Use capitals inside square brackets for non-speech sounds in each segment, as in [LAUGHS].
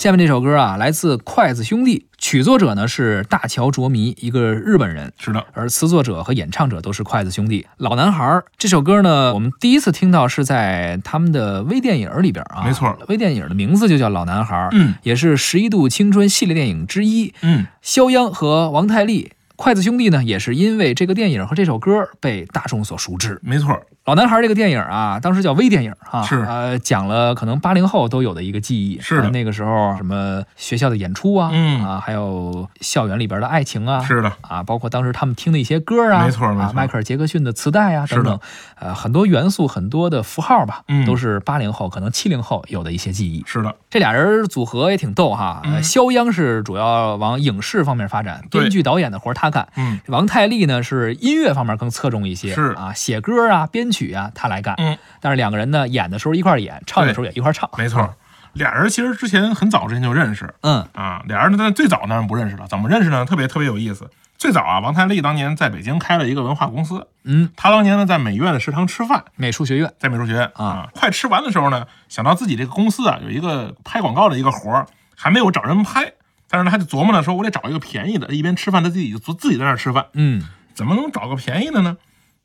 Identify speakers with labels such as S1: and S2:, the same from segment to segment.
S1: 下面这首歌啊，来自筷子兄弟，曲作者呢是大桥卓弥，一个日本人。
S2: 是的，
S1: 而词作者和演唱者都是筷子兄弟。老男孩儿这首歌呢，我们第一次听到是在他们的微电影里边啊，
S2: 没错，
S1: 微电影的名字就叫《老男孩儿》，
S2: 嗯
S1: 也是《十一度青春》系列电影之一。
S2: 嗯，
S1: 肖央和王太利。筷子兄弟呢，也是因为这个电影和这首歌被大众所熟知。
S2: 没错，
S1: 老男孩这个电影啊，当时叫微电影啊，
S2: 是
S1: 呃，讲了可能八零后都有的一个记忆。
S2: 是的
S1: 啊那个时候什么学校的演出啊，
S2: 嗯
S1: 啊，还有校园里边的爱情啊，
S2: 是的，
S1: 啊，包括当时他们听的一些歌啊，
S2: 没错没
S1: 啊
S2: 错，
S1: 迈克尔·杰克逊的磁带啊
S2: 是的
S1: 等等，呃，很多元素、很多的符号吧，
S2: 嗯
S1: 都是八零后可能七零后有的一些记忆。
S2: 是的，
S1: 这俩人组合也挺逗哈，呃
S2: 嗯
S1: 肖央是主要往影视方面发展，
S2: 对
S1: 编剧导演的活儿他干。
S2: 嗯
S1: 王太利呢是音乐方面更侧重一些，
S2: 是
S1: 啊，写歌啊、编曲啊他来干。
S2: 嗯，
S1: 但是两个人呢演的时候一块儿演，唱的时候也一块儿唱。
S2: 没错，俩人其实之前很早之前就认识，
S1: 嗯，
S2: 啊，俩人呢，但是最早当然不认识了，怎么认识呢？特别特别有意思。最早啊，王太利当年在北京开了一个文化公司，
S1: 嗯，
S2: 他当年呢在美院的食堂吃饭，
S1: 美术学院，
S2: 在美术学院啊，快吃完的时候呢，想到自己这个公司啊有一个拍广告的一个活儿，还没有找人拍，但是呢他就琢磨呢，说我得找一个便宜的，一边吃饭他自己就自己在那儿吃饭，
S1: 嗯
S2: 怎么能找个便宜的呢？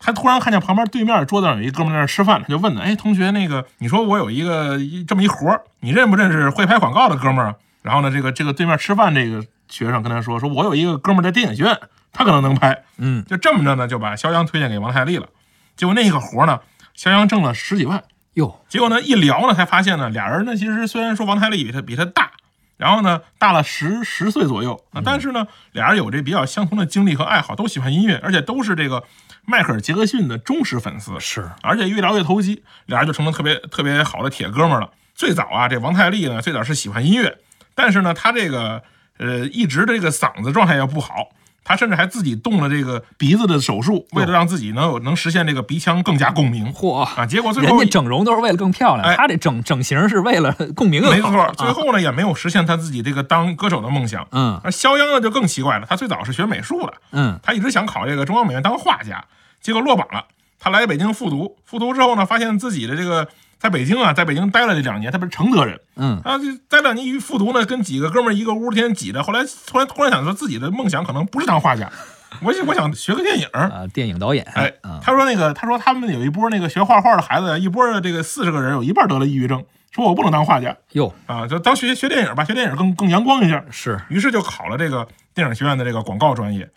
S2: 他突然看见旁边对面桌子上有一哥们在那儿吃饭，他就问他：“哎，同学，那个你说我有一个一这么一活儿，你认不认识会拍广告的哥们儿啊？”然后呢，这个这个对面吃饭这个学生跟他说：“说我有一个哥们儿在电影学院，他可能能拍。”
S1: 嗯，
S2: 就这么着呢，就把肖央推荐给王太利了。结果那个活儿呢，肖央挣了十几万。
S1: 哟，
S2: 结果呢，一聊呢，才发现呢，俩人呢，其实虽然说王太利比他比他大，然后呢，大了十十岁左右，
S1: 嗯
S2: 那但是呢，俩人有这比较相同的经历和爱好，都喜欢音乐，而且都是这个迈克尔·杰克逊的忠实粉丝，
S1: 是
S2: 而且越聊越投机，俩人就成了特别特别好的铁哥们儿了。最早啊，这王太利呢，最早是喜欢音乐，但是呢，他这个呃一直这个嗓子状态也不好，他甚至还自己动了这个鼻子的手术，
S1: 哦
S2: 为了让自己能有能实现这个鼻腔更加共鸣
S1: 嚯，
S2: 啊。结果最
S1: 人
S2: 后
S1: 家整容都是为了更漂亮，
S2: 哎
S1: 他这整整形是为了 [LAUGHS] 共鸣更
S2: [LAUGHS] 没
S1: 好
S2: 错
S1: 啊，
S2: 最后呢也没有实现他自己这个当歌手的梦想。
S1: 嗯
S2: 而肖央呢就更奇怪了，他最早是学美术的，
S1: 嗯，
S2: 他一直想考这个中央美院当画家，结果落榜了。他来北京复读，复读之后呢，发现自己的这个在北京啊，在北京待了这两年，他不是承德人，
S1: 嗯，
S2: 啊，就待两年一复读呢，跟几个哥们儿一个屋，天天挤着。后来突然突然想说，自己的梦想可能不是当画家， [LAUGHS] 我想我想学个电影儿，
S1: 啊，电影导演，
S2: 哎
S1: 啊，，
S2: 他说那个，他说他们有一波那个学画画的孩子，一波的这个四十个人，有一半得了抑郁症，说我不能当画家，
S1: 哟，
S2: 啊，就当学学电影吧，学电影更更阳光一下。
S1: 是，
S2: 于是就考了这个电影学院的这个广告专业。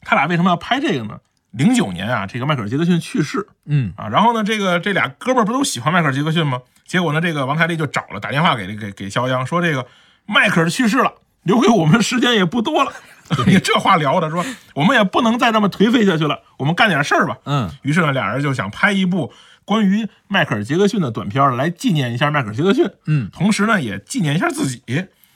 S2: 他俩为什么要拍这个呢？零九年啊，这个迈克尔·杰克逊去世
S1: 嗯
S2: 啊，然后呢，这个这俩哥们儿不都喜欢迈克尔·杰克逊吗？结果呢，这个王太利就找了，打电话给这给给肖央说，这个迈克尔去世了，留给我们时间也不多了。 [LAUGHS] 你这话聊的，说我们也不能再这么颓废下去了，我们干点事儿吧。
S1: 嗯，
S2: 于是呢，俩人就想拍一部关于迈克尔·杰克逊的短片儿，来纪念一下迈克尔·杰克逊。
S1: 嗯，
S2: 同时呢，也纪念一下自己。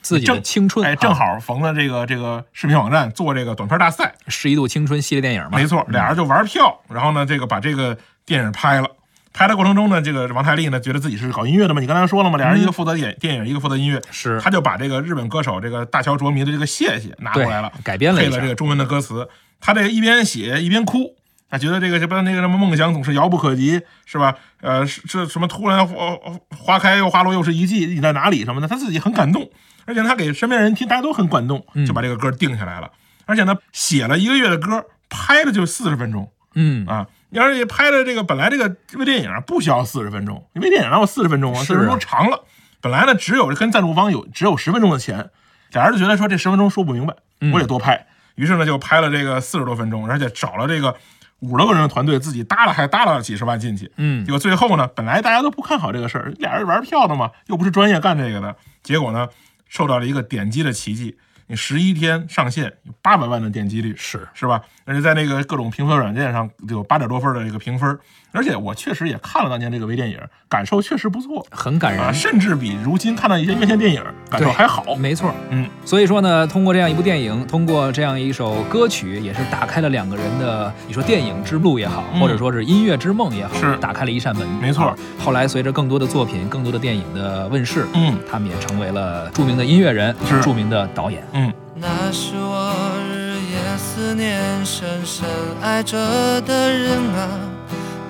S1: 自己的
S2: 正
S1: 青春，
S2: 哎，
S1: 啊
S2: 正好逢了这个这个视频网站做这个短片大赛，
S1: 十一度青春系列电影嘛，
S2: 没错，俩人就玩票，然后呢，这个把这个电影拍了。拍的过程中呢，这个王太利呢，觉得自己是搞音乐的嘛，你刚才说了嘛，俩人一个负责演电影，一个负责音乐，
S1: 嗯是
S2: 他就把这个日本歌手这个大桥卓弥的这个谢谢拿过来了
S1: 对，改编了
S2: 配
S1: 一
S2: 了这
S1: 下，
S2: 个中文的歌词。他这个一边写一边哭，他觉得这个什么那个什么梦想总是遥不可及，是吧？呃，是是什么突然花花开又花落又是一季，你在哪里什么的，他自己很感动，而且他给身边人听，大家都很感动，就把这个歌定下来了。而且呢，写了一个月的歌，拍了就四十分钟
S1: 嗯，
S2: 啊。而且拍的这个本来这个微电影啊不需要四十分钟，微电影哪有四十分钟啊？
S1: 是啊
S2: 四十分钟长了，本来呢只有跟赞助方有只有十分钟的钱，俩人就觉得说这十分钟说不明白，我得多拍。于是呢就拍了这个四十多分钟，而且找了这个五十多个人的团队，自己搭了还搭了几十万进去。
S1: 嗯
S2: 结果最后呢，本来大家都不看好这个事儿，俩人玩票的嘛，又不是专业干这个的，结果呢受到了一个点击的奇迹，你十一天上线有八百万的点击率，
S1: 是，
S2: 是吧？而且在那个各种评分软件上有八点多分的这个评分，而且我确实也看了当年这个微电影，感受确实不错
S1: 很感
S2: 啊，
S1: 人，
S2: 甚至比如今看到一些院线电影感受
S1: 对
S2: 还好。
S1: 没错，
S2: 嗯，
S1: 所以说呢，通过这样一部电影，通过这样一首歌曲，也是打开了两个人的，你说电影之路也好，
S2: 嗯
S1: 或者说是音乐之梦也好，
S2: 是
S1: 打开了一扇门，
S2: 没错
S1: 啊后来随着更多的作品、更多的电影的问世，
S2: 嗯
S1: 他们也成为了著名的音乐人
S2: 是，
S1: 著名的导演。
S2: 嗯，
S3: 那是我日夜思念、深深爱着的人啊，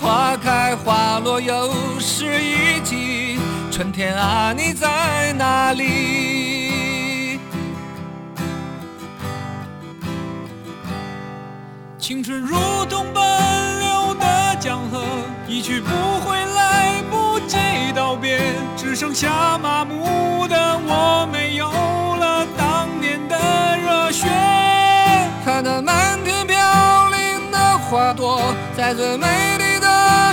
S3: 花开花落又是一季，春天啊，你在哪里？
S4: 青春如同奔流的江河，一去不回，来不及道别，只剩下麻木的我，没有了当年的热血。
S3: 看那漫天飘零的花朵，在最美丽的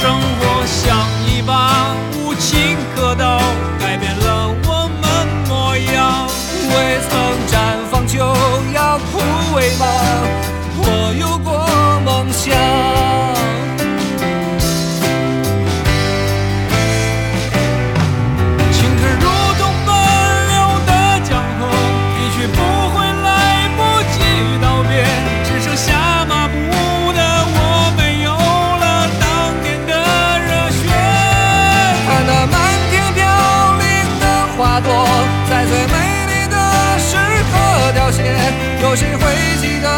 S4: 生活像一把无情刻刀，改变了我们模样。
S3: 未曾绽放就要枯萎吗？我有过梦想。
S4: 青春如同奔流的江河，一去不回，来不及道别，只剩下麻木的我，没有了当年的热血。
S3: 看那漫天飘零的花朵，在最美丽的时刻凋谢，有谁会记得